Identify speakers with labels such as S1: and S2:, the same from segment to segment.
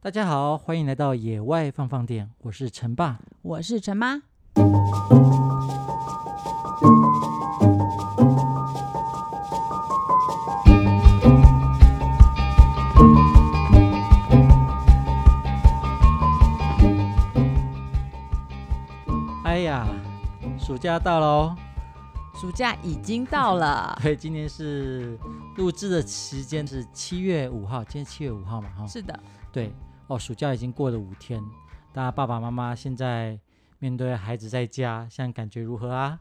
S1: 大家好，欢迎来到野外放放电，我是陈爸。
S2: 我是陈妈。
S1: 哎呀，暑假到喽！
S2: 暑假已经到 了
S1: ，对，今年是录制的时间是七月五号，今天七月五号嘛，哈、
S2: 是的，
S1: 对，哦，暑假已经过了五天，大家爸爸妈妈现在面对孩子在家，现在感觉如何啊？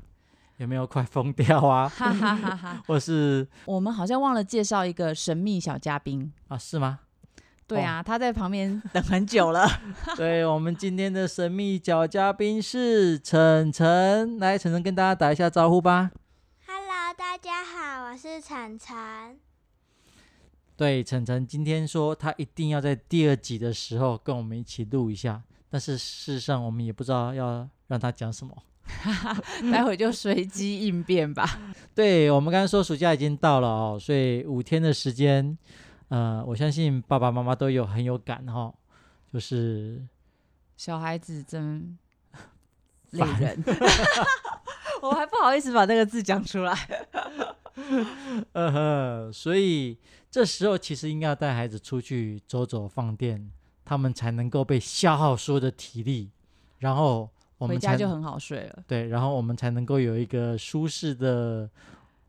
S1: 有没有快疯掉啊？
S2: 哈哈哈 哈。
S1: 或是
S2: 我们好像忘了介绍一个神秘小嘉宾。
S1: 啊，是 吗？
S2: 对啊，他在旁边等很久了。
S1: 对我们今天的神秘小嘉宾是晨晨，来，晨晨跟大家打一下招呼吧。
S3: Hello，大家好，我是晨晨。
S1: 对，晨晨今天说他一定要在第二集的时候跟我们一起录一下，但是事实上我们也不知道要让他讲什么。
S2: 待会就随机应变吧。
S1: 对我们刚刚说暑假已经到了哦，所以五天的时间，呃，我相信爸爸妈妈都有很有感哈、哦，就是
S2: 小孩子真累
S1: 烦
S2: 人， 我还不好意思把那个字讲出来。
S1: 呃呵，所以这时候其实应该要带孩子出去走走放电，他们才能够被消耗所有的体力，然后我
S2: 回
S1: 们
S2: 家
S1: 才
S2: 就很好睡了。
S1: 对，然后我们才能够有一个舒适的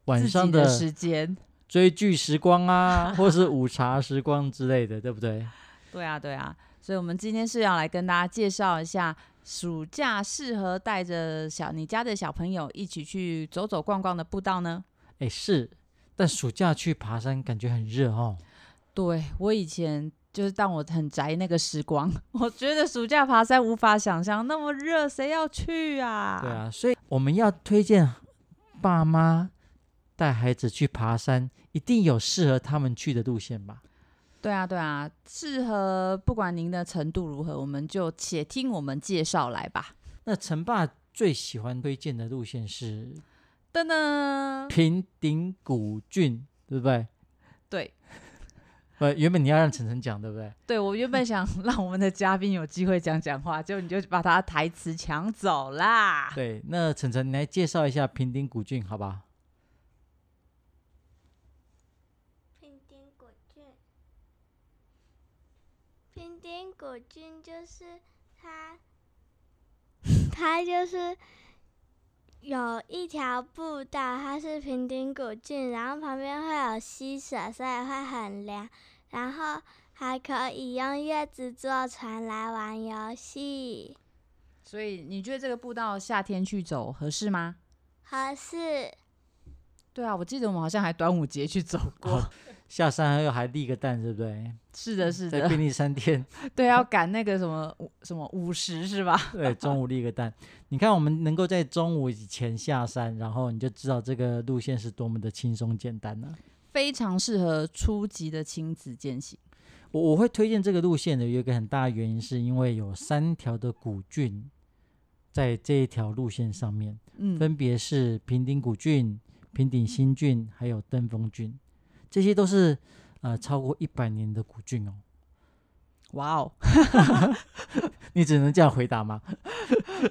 S1: 晚
S2: 自己
S1: 上
S2: 的时间，
S1: 追剧时光 啊，或是午茶时光之类的，对不对？
S2: 对啊，对啊。所以，我们今天是要来跟大家介绍一下，暑假适合带着小你家的小朋友一起去走走逛逛的步道呢。
S1: 哎，是，但暑假去爬山感觉很热哦。
S2: 对我以前就是当我很宅那个时光， 我觉得暑假爬山无法想象，那么热，谁要去啊？
S1: 对，啊，所以我们要推荐爸妈带孩子去爬山，一定有适合他们去的路线吧？
S2: 对啊，对啊，适合不管您的程度如何，我们就且听我们介绍来吧。
S1: 那陈爸最喜欢推荐的路线是
S2: 噔噔，
S1: 平顶古郡，对不对？
S2: 对
S1: 呃，原本你要让晨晨讲，对不对？
S2: 对，我原本 想让我们的嘉宾有机会讲讲话，结果你就把他台词抢走啦。
S1: 对，那晨晨，你来介绍一下平顶古郡，好吧？
S3: 平顶古郡，平顶古郡就是它，它就是有一条步道，它是平顶古郡，然后旁边会有溪水，所以会很凉，然后还可以用叶子坐船来玩游戏，
S2: 所以你觉得这个步道夏天去走合适吗？
S3: 合适。
S2: 对啊，我记得我们好像还端午节去走
S1: 哦
S2: 过。
S1: 下山后还立个蛋，对不嗯对？
S2: 是的，是的
S1: 在。便利商店，
S2: 对，要赶那个什么五什么五十是吧？
S1: 对，中午立个蛋。你看，我们能够在中午以前下山，然后你就知道这个路线是多么的轻松简单了、
S2: 非常适合初级的亲子践行。
S1: 我我会推荐这个路线的，有一个很大的原因，是因为有三条的古郡在这一条路线上面，
S2: 嗯，
S1: 分别是平顶古郡、平顶新郡，还有登峰郡，这些都是呃超过一百年的古郡哦。
S2: 哇 哦，
S1: 你只能这样回答吗？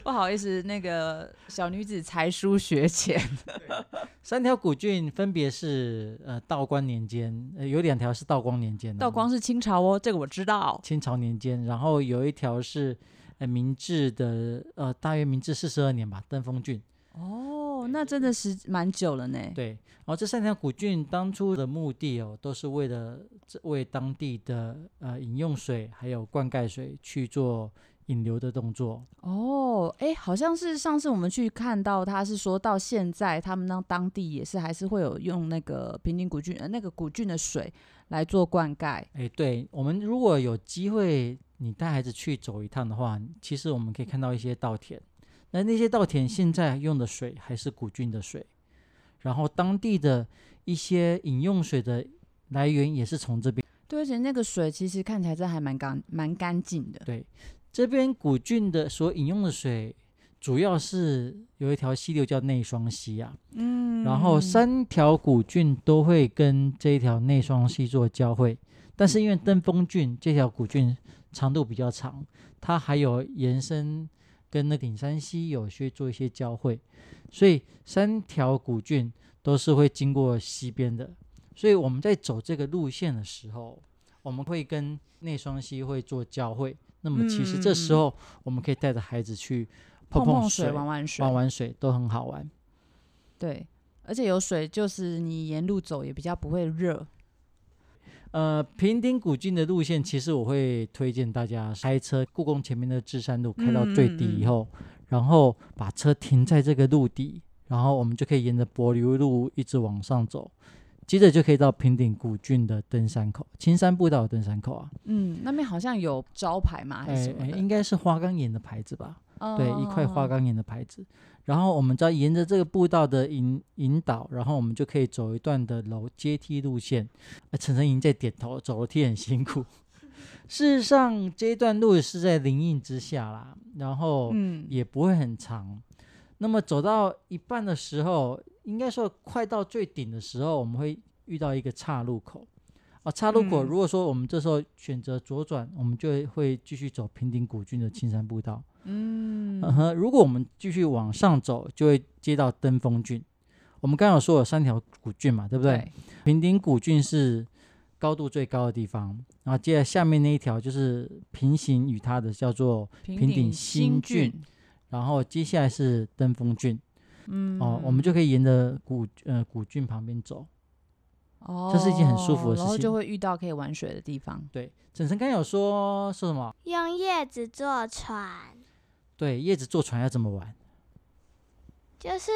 S2: 不好意思，那个小女子才疏学浅。
S1: 三条古郡分别是呃道光年间，呃有两条是道光年间的，
S2: 道光是清朝哦，这个我知道。
S1: 清朝年间，然后有一条是呃明治的，呃大约明治四十二年吧，登峰郡。
S2: 哦，那真的是蛮久了呢。
S1: 对，然后这三条古郡当初的目的哦，都是为了这为当地的呃饮用水还有灌溉水去做引流的动作。
S2: 哦，哎，好像是上次我们去看到，他是说到现在，他们那当地也是还是会有用那个平顶古郡呃那个古郡的水来做灌溉。
S1: 哎，对，我们如果有机会，你带孩子去走一趟的话，其实我们可以看到一些稻田。那那些稻田现在用的水还是古郡的水，然后当地的一些饮用水的来源也是从这边。
S2: 对，而且那个水其实看起来真的还蛮干蛮干净的。
S1: 对，这边古郡的所饮用的水，主要是有一条溪流叫内双溪啊，
S2: 嗯
S1: 然后三条古郡都会跟这一条内双溪做交汇，但是因为登峰郡这条古郡长度比较长，它还有延伸跟那顶山溪有去做一些交汇，所以三条古郡都是会经过溪边的。所以我们在走这个路线的时候，我们会跟那双溪会做交汇。那么其实这时
S2: 嗯嗯嗯
S1: 候我们可以带着孩子去碰
S2: 碰
S1: 水、
S2: 水、玩玩水，
S1: 玩玩水都很好玩。
S2: 对，而且有水就是你沿路走也比较不会热。
S1: 呃，平顶古郡的路线，其实我会推荐大家开车故宫前面的至善路开到最底以后，
S2: 嗯
S1: 然后把车停在这个路底，然后我们就可以沿着柏流路一直往上走，接着就可以到平顶古郡的登山口，青山步道的登山口啊，
S2: 嗯，那边好像有招牌嘛，啊还是
S1: 哎
S2: 什么
S1: 哎，
S2: 的？
S1: 应该是花岗岩的牌子吧？
S2: 嗯
S1: 对，一块花。岗岩的牌子。然后我们再沿着这个步道的引引导，然后我们就可以走一段的楼阶梯路线。呃陈晨莹在点头，走楼梯很辛苦。 事实上，这一段路是在林荫之下啦，然后
S2: 嗯，
S1: 也不会很长。那么走到一半的时候，应该说快到最顶的时候，我们会遇到一个岔路口。啊，岔路口，
S2: 嗯
S1: 如果说我们这时候选择左转，我们就会继续走平顶古郡的青山步道。
S2: 嗯
S1: 嗯哼，如果我们继续往上走，就会接到登峰郡。我们刚刚有说有三条古郡 嘛，对不对？
S2: 对，
S1: 平顶古郡是高度最高的地方，然后接着下面那一条就是平行与它的叫做，
S2: 平
S1: 平顶新
S2: 新
S1: 郡。然后接下来是登峰郡
S2: 嗯，
S1: 哦，我们就可以沿着古呃古郡旁边走。
S2: 哦，
S1: 这是一件很舒服的事
S2: 然后
S1: 情
S2: 就会遇到可以玩水的地方。
S1: 对，整成刚刚有说说什么？
S3: 用叶子做船，
S1: 对，叶子坐船要怎么玩？
S3: 就是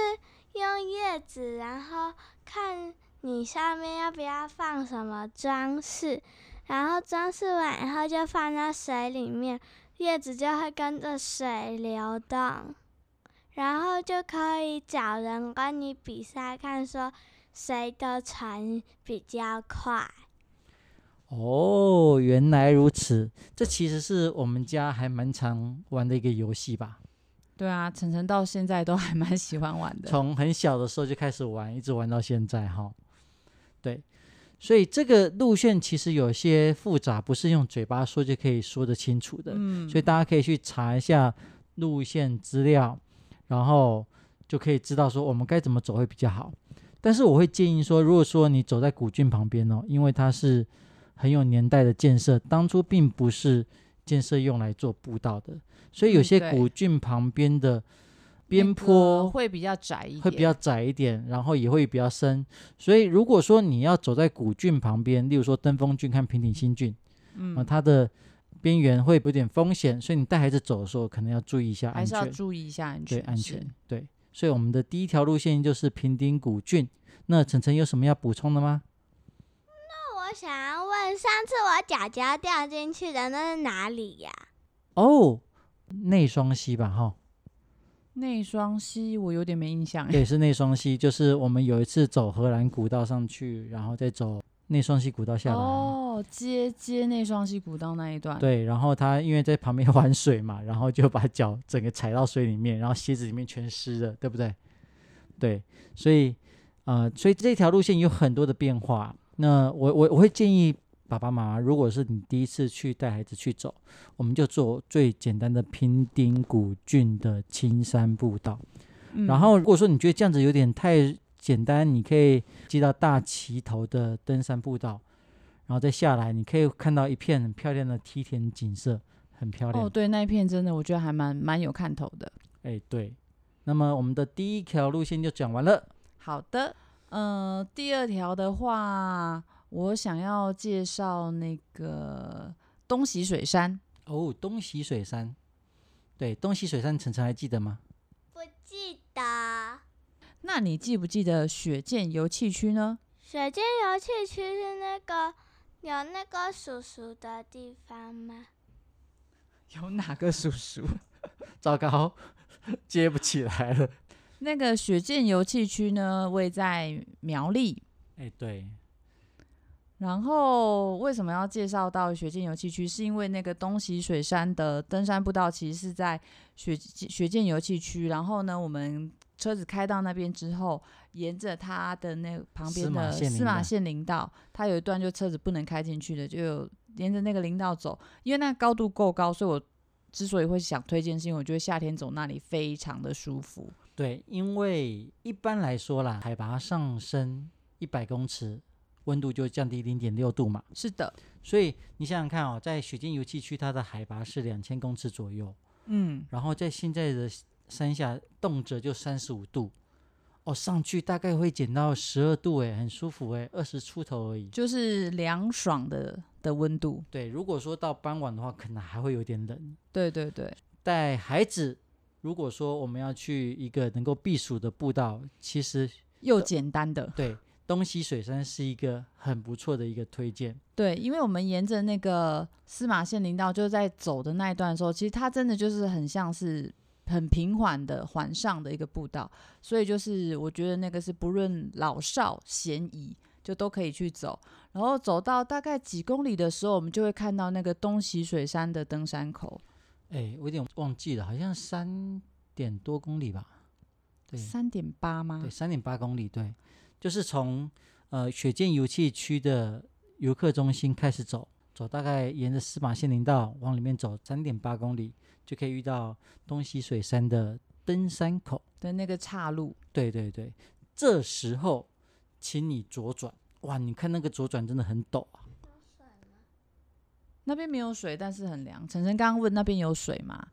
S3: 用叶子，然后看你上面要不要放什么装饰，然后装饰完，然后就放到水里面，叶子就会跟着水流动，然后就可以找人跟你比赛，看说谁的船比较快。
S1: 哦，原来如此，这其实是我们家还蛮常玩的一个游戏吧。
S2: 对啊，晨晨到现在都还蛮喜欢玩的。
S1: 从很小的时候就开始玩，一直玩到现在哈。对，所以这个路线其实有些复杂，不是用嘴巴说就可以说得清楚的，
S2: 嗯
S1: 所以大家可以去查一下路线资料，然后就可以知道说我们该怎么走会比较好。但是我会建议说，如果说你走在古郡旁边哦，因为它是很有年代的建设，当初并不是建设用来做步道的，所以有
S2: 嗯
S1: 些
S2: 对
S1: 古郡旁边的
S2: 那
S1: 边
S2: 个
S1: 坡
S2: 会比较窄一点，
S1: 会比较窄一点，然后也会比较深。所以如果说你要走在古郡旁边，例如说登峰郡看平顶新郡，啊、
S2: 嗯，
S1: 它的边缘会有点风险，所以你带孩子走的时候可能要注意一下安
S2: 还是要
S1: 全，
S2: 注意一下安
S1: 对
S2: 全，
S1: 安
S2: 是
S1: 全，对。所以我们的第一条路线就是平顶古郡。那晨晨有什么要补充的吗？
S3: 我想要问，上次我脚脚掉进去的那是哪里呀、
S1: 哦，内双溪吧， 哈，
S2: 那双溪我有点没印象。
S1: 对，是内双溪，就是我们有一次走荷兰古道上去，然后再走内双溪古道下来。
S2: 哦，接接那双溪古道那一段，
S1: 对，然后他因为在旁边 玩水嘛，然后就把脚整个踩到水里面，然后鞋子里面全湿了，对不对？对，所以呃，所以这条路线有很多的变化。那我我我会建议爸爸妈妈，如果是你第一次去带孩子去走，我们就做最简单的平顶古郡的青山步道。
S2: 嗯
S1: 然后如果说你觉得这样子有点太简单，你可以接到大旗头的登山步道，然后再下来，你可以看到一片很漂亮的梯田景色，很漂亮。
S2: 哦，对，那一片真的我觉得还蛮蛮有看头的。
S1: 哎，对。那么我们的第一条路线就讲完了。
S2: 好的，呃，第二条的话，我想要介绍那个东洗水山。
S1: 哦，东洗水山，对，东洗水山，晨晨还记得 吗？
S3: 不记得。
S2: 那你记不记得雪见游憩区呢？
S3: 水晶游戏区是那个有那个叔叔的地方吗？
S2: 有哪个叔叔？
S1: 糟糕， 接不起来了。
S2: 那个雪见游憩区呢，位在苗栗。
S1: 哎，对，
S2: 然后为什么要介绍到雪见游憩区？是因为那个东洗水山的登山步道其实是在雪雪见游憩区。然后呢，我们车子开到那边之后，沿着它的那个旁
S1: 司
S2: 边
S1: 马
S2: 的
S1: 县
S2: 司
S1: 林
S2: 马
S1: 道
S2: 县林道，它有一段就车子不能开进去的，就有沿着那个林道走，因为那高度够高，所以我之所以会想推荐，是因为我觉得夏天走那里非常的舒服。
S1: 对，因为一般来说啦，海拔上升一百公尺，温度就降低零点六度嘛。
S2: 是的，
S1: 所以你想想看哦，在雪晶油气区，它的海拔是两千公尺左右，
S2: 嗯，
S1: 然后在现在的山下，动辄就三十五度，哦，上去大概会减到十二度，哎，很舒服，哎，二十出头而已。
S2: 就是凉爽的的温度。
S1: 对，如果说到傍晚的话，可能还会有点冷。
S2: 对对对，
S1: 带孩子，如果说我们要去一个能够避暑的步道，其实
S2: 又简单的。
S1: 对，东西水山是一个很不错的一个推荐。
S2: 对，因为我们沿着那个司马县林道，就在走的那一段的时候，其实它真的就是很像是很平缓的环上的一个步道，所以就是我觉得那个是不论老少咸宜，就都可以去走。然后走到大概几公里的时候，我们就会看到那个东喜水山的登山口，
S1: 哎，我有点忘记了，好像三点多公里吧？对
S2: 三点八吗
S1: 对，？三点八公里，对，就是从呃雪见游憩区的游客中心开始走，走大概沿着司马县林道往里面走三点八公里，就可以遇到东西水山的登山口。
S2: 的那个岔路，
S1: 对对对，这时候请你左转，哇，你看那个左转真的很陡啊。
S2: 那边没有水，但是很凉。晨晨刚刚问那边有水吗？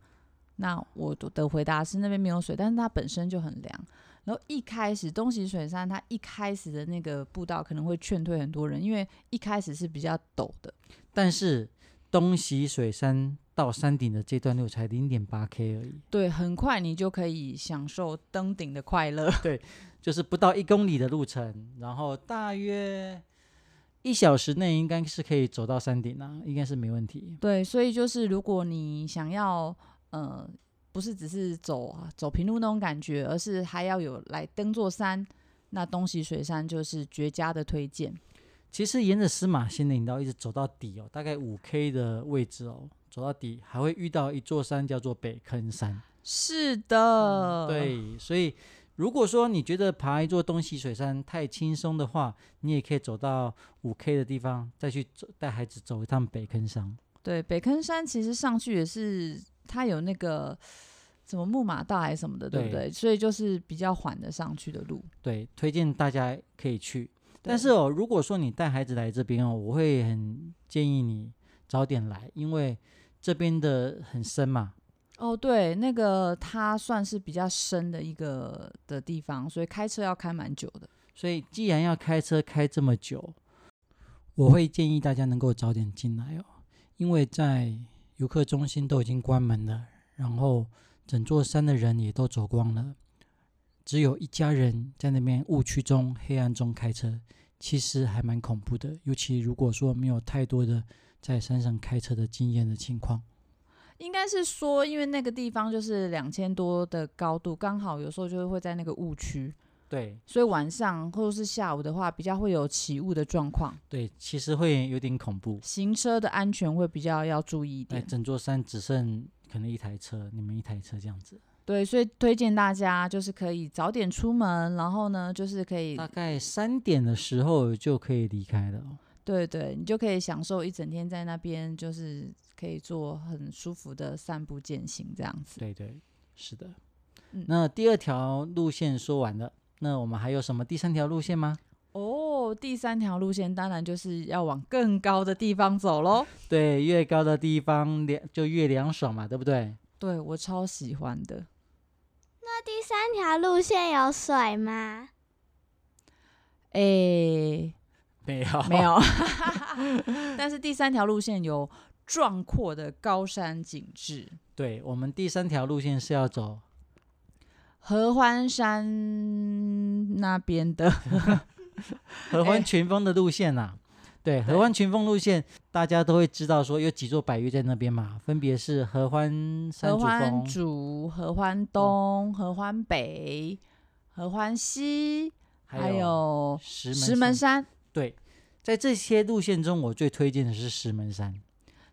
S2: 那我的回答是那边没有水，但是它本身就很凉。然后一开始东喜水山，它一开始的那个步道可能会劝退很多人，因为一开始是比较陡的。
S1: 但是东西水山到山顶的这段路才零点八 K 而已，
S2: 对，很快你就可以享受登顶的快乐。
S1: 就是不到一公里的路程，然后大约一小时内应该是可以走到山顶啊，应该是没问题。
S2: 对，所以就是如果你想要，呃，不是只是走啊走平路那种感觉，而是还要有来登座山，那东喜水山就是绝佳的推荐。
S1: 其实沿着司马仙林道一直走到底哦，大概五 K 的位置哦，走到底还会遇到一座山，叫做北坑山。
S2: 是的，，
S1: 对，所以如果说你觉得爬一座东西水山太轻松的话，你也可以走到五 K 的地方，再去走带孩子走一趟北坑山。
S2: 对，北坑山其实上去也是它有那个什么木马道还是什么的，对不
S1: 对
S2: 对？所以就是比较缓的上去的路。
S1: 对，推荐大家可以去。但
S2: 对
S1: 是哦，如果说你带孩子来这边哦，我会很建议你早点来，因为这边的很深嘛。
S2: 哦，对，那个它算是比较深的一个的地方，所以开车要开蛮久的。
S1: 所以既然要开车开这么久，我会建议大家能够早点进来哦，因为在游客中心都已经关门了，然后整座山的人也都走光了，只有一家人在那边雾区中、黑暗中开车，其实还蛮恐怖的，尤其如果说没有太多的在山上开车的经验的情况。
S2: 应该是说，因为那个地方就是两千多的高度，刚好有时候就会在那个雾区，
S1: 对
S2: 所以晚上或者是下午的话，比较会有起雾的状况，
S1: 对，其实会有点恐怖。
S2: 行车的安全会比较要注意一
S1: 哎，
S2: 点。
S1: 整座山只剩可能一台车，你们一台车这样子。
S2: 对，所以推荐大家就是可以早点出门，然后呢，就是可以
S1: 大，概三点的时候就可以离开了哦。
S2: 对对，你就可以享受一整天在那边，就是可以做很舒服的散步践行这样子。
S1: 对对，是的。
S2: 嗯
S1: 那第二条路线说完了，那我们还有什么第三条路线吗？
S2: 哦，第三条路线当然就是要往更高的地方走喽。
S1: 对，越高的地方凉就越凉爽嘛，对不对？
S2: 对我超喜欢的，
S3: 那第三条路线有水吗？
S2: 诶，
S1: 没有，
S2: 没。有， 但是第三条路线有壮阔的高山景致。
S1: 对我们第三条路线是要走，
S2: 合欢山那边的
S1: 合
S2: 哎
S1: 欢群峰的路线啊呐、 对，合
S2: 对
S1: 欢群峰路线，大家都会知道说有几座百岳在那边嘛，分别是合欢山
S2: 合
S1: 主峰
S2: 欢、主、合欢东、合欢北、合欢西，还有
S1: 石门
S2: 石门
S1: 山
S2: 山。
S1: 对，在这些路线中，我最推荐的是石门山。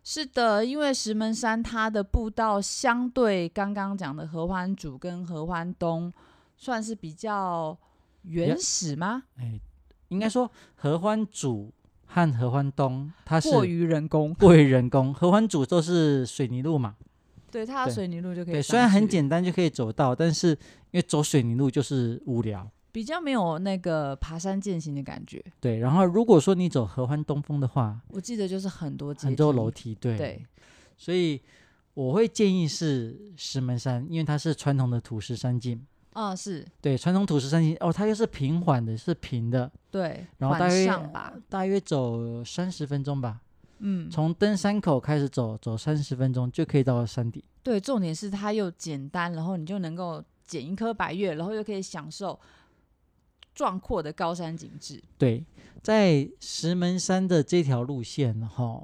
S2: 是的，因为石门山它的步道相对刚刚讲的合欢主跟合欢东，算是比较原始吗？
S1: 哎，应该说合欢组和合欢东，它是
S2: 过于人工，
S1: 过于人工，合欢组都是水泥路嘛，
S2: 对，它的
S1: 对
S2: 水泥路就可以上
S1: 对，
S2: 去。
S1: 虽然很简单就可以走到，但是因为走水泥路就是无聊。
S2: 比较没有那个爬山践行的感觉。
S1: 对，然后如果说你走合欢东风的话，
S2: 我记得就是很多阶
S1: 很多楼
S2: 梯，
S1: 梯，对，
S2: 对，
S1: 所以我会建议是石门山，因为它是传统的土石山径，
S2: 嗯，是
S1: 对，传统土石山径哦，它又是平缓的，是平的，
S2: 对，
S1: 然后大
S2: 晚
S1: 约
S2: 上吧，
S1: 大约走三十分钟吧，
S2: 嗯，
S1: 从登山口开始走，走三十分钟就可以到山顶。
S2: 对，重点是它又简单，然后你就能够捡一颗白月，然后又可以享受壮阔的高山景致。
S1: 对，在石门山的这条路线哈，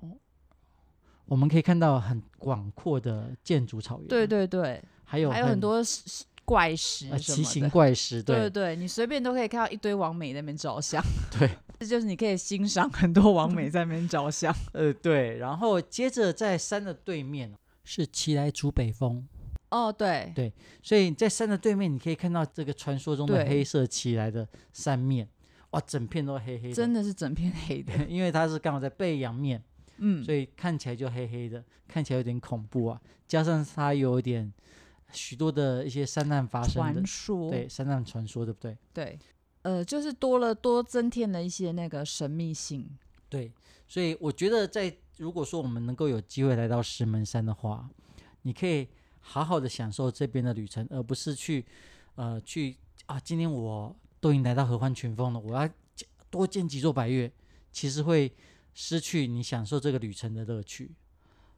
S1: 我们可以看到很广阔的建筑草原，
S2: 对，对对，
S1: 还有
S2: 还有很多石怪石
S1: 呃
S2: 什
S1: 奇
S2: 么
S1: 形
S2: 的。
S1: 怪石，
S2: 对
S1: 对
S2: 对，你随便都可以看到一堆王美在那边照相，
S1: 对，
S2: 这就是你可以欣赏很多王美在那边照相。
S1: 呃对，然后接着在山的对面是奇来竹北峰，
S2: 哦，对
S1: 对所以在山的对面你可以看到这个传说中的
S2: 对
S1: 黑色奇来的山面，哇，整片都黑黑的，
S2: 真的是整片黑 的，
S1: 因为它是刚好在背阳面，
S2: 嗯，
S1: 所以看起来就黑黑的，看起来有点恐怖啊，加上它有点呃许多的一些山难发生的
S2: 传。说
S1: 对，山上传说，对不对？
S2: 对呃，就是多了多增添了一些那个神秘性。
S1: 对，所以我觉得在如果说我们能够有机会来到石门山的话，你可以好好的享受这边的旅程，而不是去呃去啊，今天我都已经来到合欢群峰了，我要见多见几座白月，其实会失去你享受这个旅程的乐趣。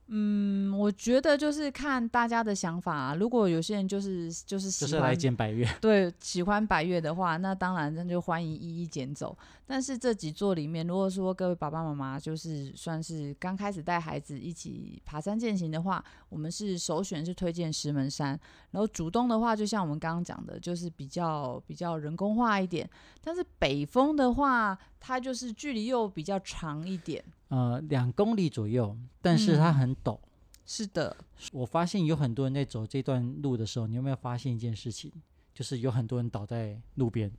S2: 嗯，我觉得就是看大家的想法、啊。如果有些人就是就是喜
S1: 就
S2: 欢
S1: 是来捡白月，
S2: 对喜欢白月的话，那当然那就欢迎一一捡走。但是这几座里面，如果说各位爸爸妈妈就是算是刚开始带孩子一起爬山践行的话，我们是首选是推荐石门山。然后主动的话，就像我们刚刚讲的，就是比较比较人工化一点。但是北峰的话，它就是距离又比较长一点。
S1: 呃，两公里左右，但是它
S2: 嗯
S1: 很陡。
S2: 是的，
S1: 我发现有很多人在走这段路的时候，你有没有发现一件事情？就是有很多人倒在路边，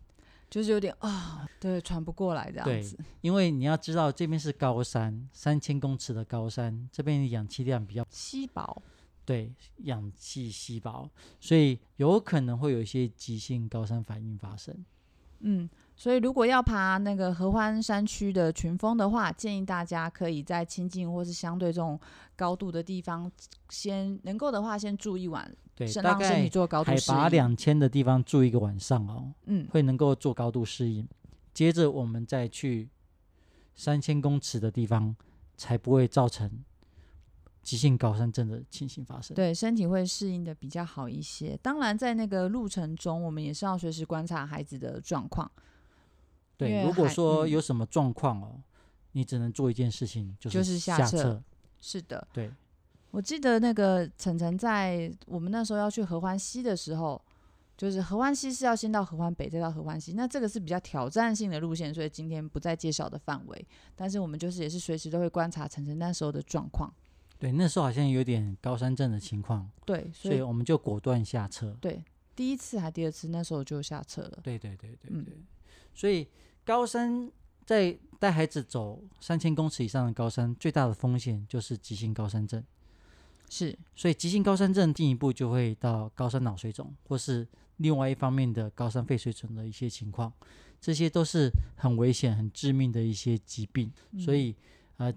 S2: 就是有点啊、对，喘不过来这
S1: 对
S2: 样子。
S1: 因为你要知道这边是高山，三千公尺的高山，这边的氧气量比较
S2: 吸饱，
S1: 对，氧气稀薄，所以有可能会有一些急性高山反应发生。
S2: 嗯，所以如果要爬那个合欢山区的群峰的话，建议大家可以在亲近或是相对这种高度的地方，先能够的话先住一晚，
S1: 对，
S2: 先
S1: 大
S2: 让身体
S1: 概
S2: 做高度
S1: 海
S2: 适
S1: 拔
S2: 应。
S1: 两千的地方住一个晚上哦，
S2: 嗯，
S1: 会能够做高度适应。接着我们再去三千公尺的地方，才不会造成急性高山症的情形发生。
S2: 对，身体会适应的比较好一些。当然，在那个路程中，我们也是要随时观察孩子的状况，因
S1: 对，
S2: 为
S1: 如果
S2: 海
S1: 说
S2: 嗯
S1: 有什么状况哦，你只能做一件事情，就是
S2: 下
S1: 下
S2: 撤
S1: 撤。
S2: 是的，
S1: 对，
S2: 我记得那个晨晨在我们那时候要去合欢西的时候，就是合欢西是要先到合欢北，再到合欢西。那这个是比较挑战性的路线，所以今天不在介绍的范围。但是我们就是也是随时都会观察晨晨那时候的状况。
S1: 对，那时候好像有点高山症的情况，
S2: 对，所
S1: 所以
S2: 以
S1: 我们就果断下撤。
S2: 对第一次还第二次那时候就下车了。
S1: 对对对对
S2: 嗯
S1: 对，所以高山在带孩子走三千公尺以上的高山，最大的风险就是急性高山症。
S2: 是
S1: 所以急性高山症进一步就会到高山脑水肿，或是另外一方面的高山肺水肿的一些情况，这些都是很危险、很致命的一些疾病。
S2: 嗯
S1: 所以，呃，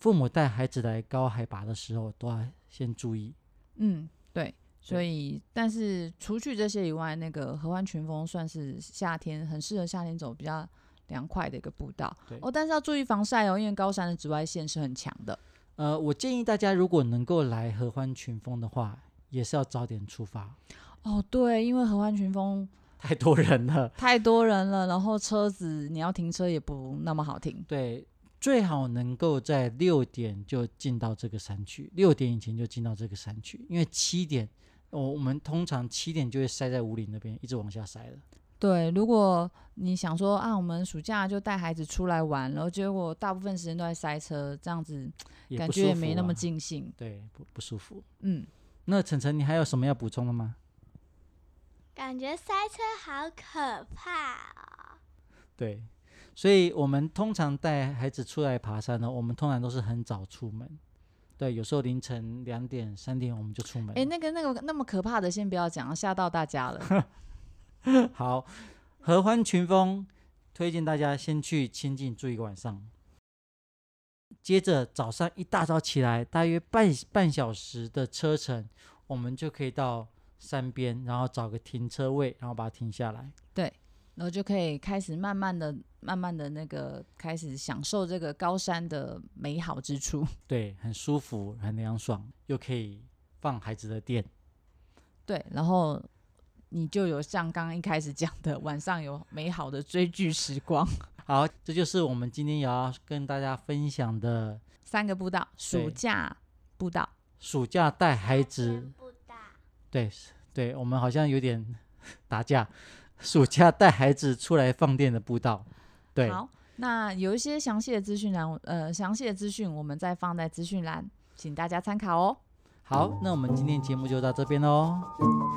S1: 父母带孩子来高海拔的时候，都要先注意。
S2: 嗯，对。所以，但是除去这些以外，那个合欢群峰算是夏天很适合夏天走比较凉快的一个步道
S1: 对
S2: 哦，但是要注意防晒哦，因为高山的紫外线是很强的。
S1: 呃，我建议大家如果能够来合欢群峰的话，也是要早点出发，
S2: 哦，对，因为合欢群峰
S1: 太多人了。
S2: 太多人了，然后车子你要停车也不那么好停。
S1: 对，最好能够在六点就进到这个山区，六点以前就进到这个山区，因为七点，我、我们通常七点就会塞在五岭那边，一直往下塞了。
S2: 对，如果你想说啊，我们暑假就带孩子出来玩，然后结果大部分时间都在塞车，这样子
S1: 也
S2: 感
S1: 不
S2: 觉
S1: 舒
S2: 也
S1: 服
S2: 没那么
S1: 啊，
S2: 尽兴。
S1: 对，不不舒服。
S2: 嗯，
S1: 那晨晨，你还有什么要补充的吗？
S3: 感觉塞车好可怕哦。
S1: 对，所以我们通常带孩子出来爬山呢，我们通常都是很早出门，对，有时候凌晨两点、三点我们就出门。
S2: 哎、那个那个那么可怕的，先不要讲，吓到大家了。
S1: 好，合欢群峰推荐大家先去清境住一个晚上，接着早上一大早起来，大约半半小时的车程，我们就可以到山边，然后找个停车位，然后把它停下来。
S2: 然后就可以开始慢慢的、慢慢的那个开始享受这个高山的美好之处。
S1: 对，很舒服，很凉爽，又可以放孩子的电。
S2: 对，然后你就有像刚刚一开始讲的，晚上有美好的追剧时光。
S1: 好，这就是我们今天也要跟大家分享的
S2: 三个步道，暑
S1: 对
S2: 假步道，
S1: 暑假带孩
S3: 夏
S1: 子
S3: 天不大，
S1: 对对，我们好像有点 打架。暑假带孩子出来放电的步道，对，
S2: 好，那有一些详细的资讯栏，呃，详细的资讯我们再放在资讯栏，请大家参考哦。
S1: 好，那我们今天节目就到这边喽，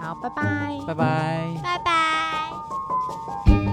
S2: 好，拜拜。
S1: 拜拜。
S3: 拜拜。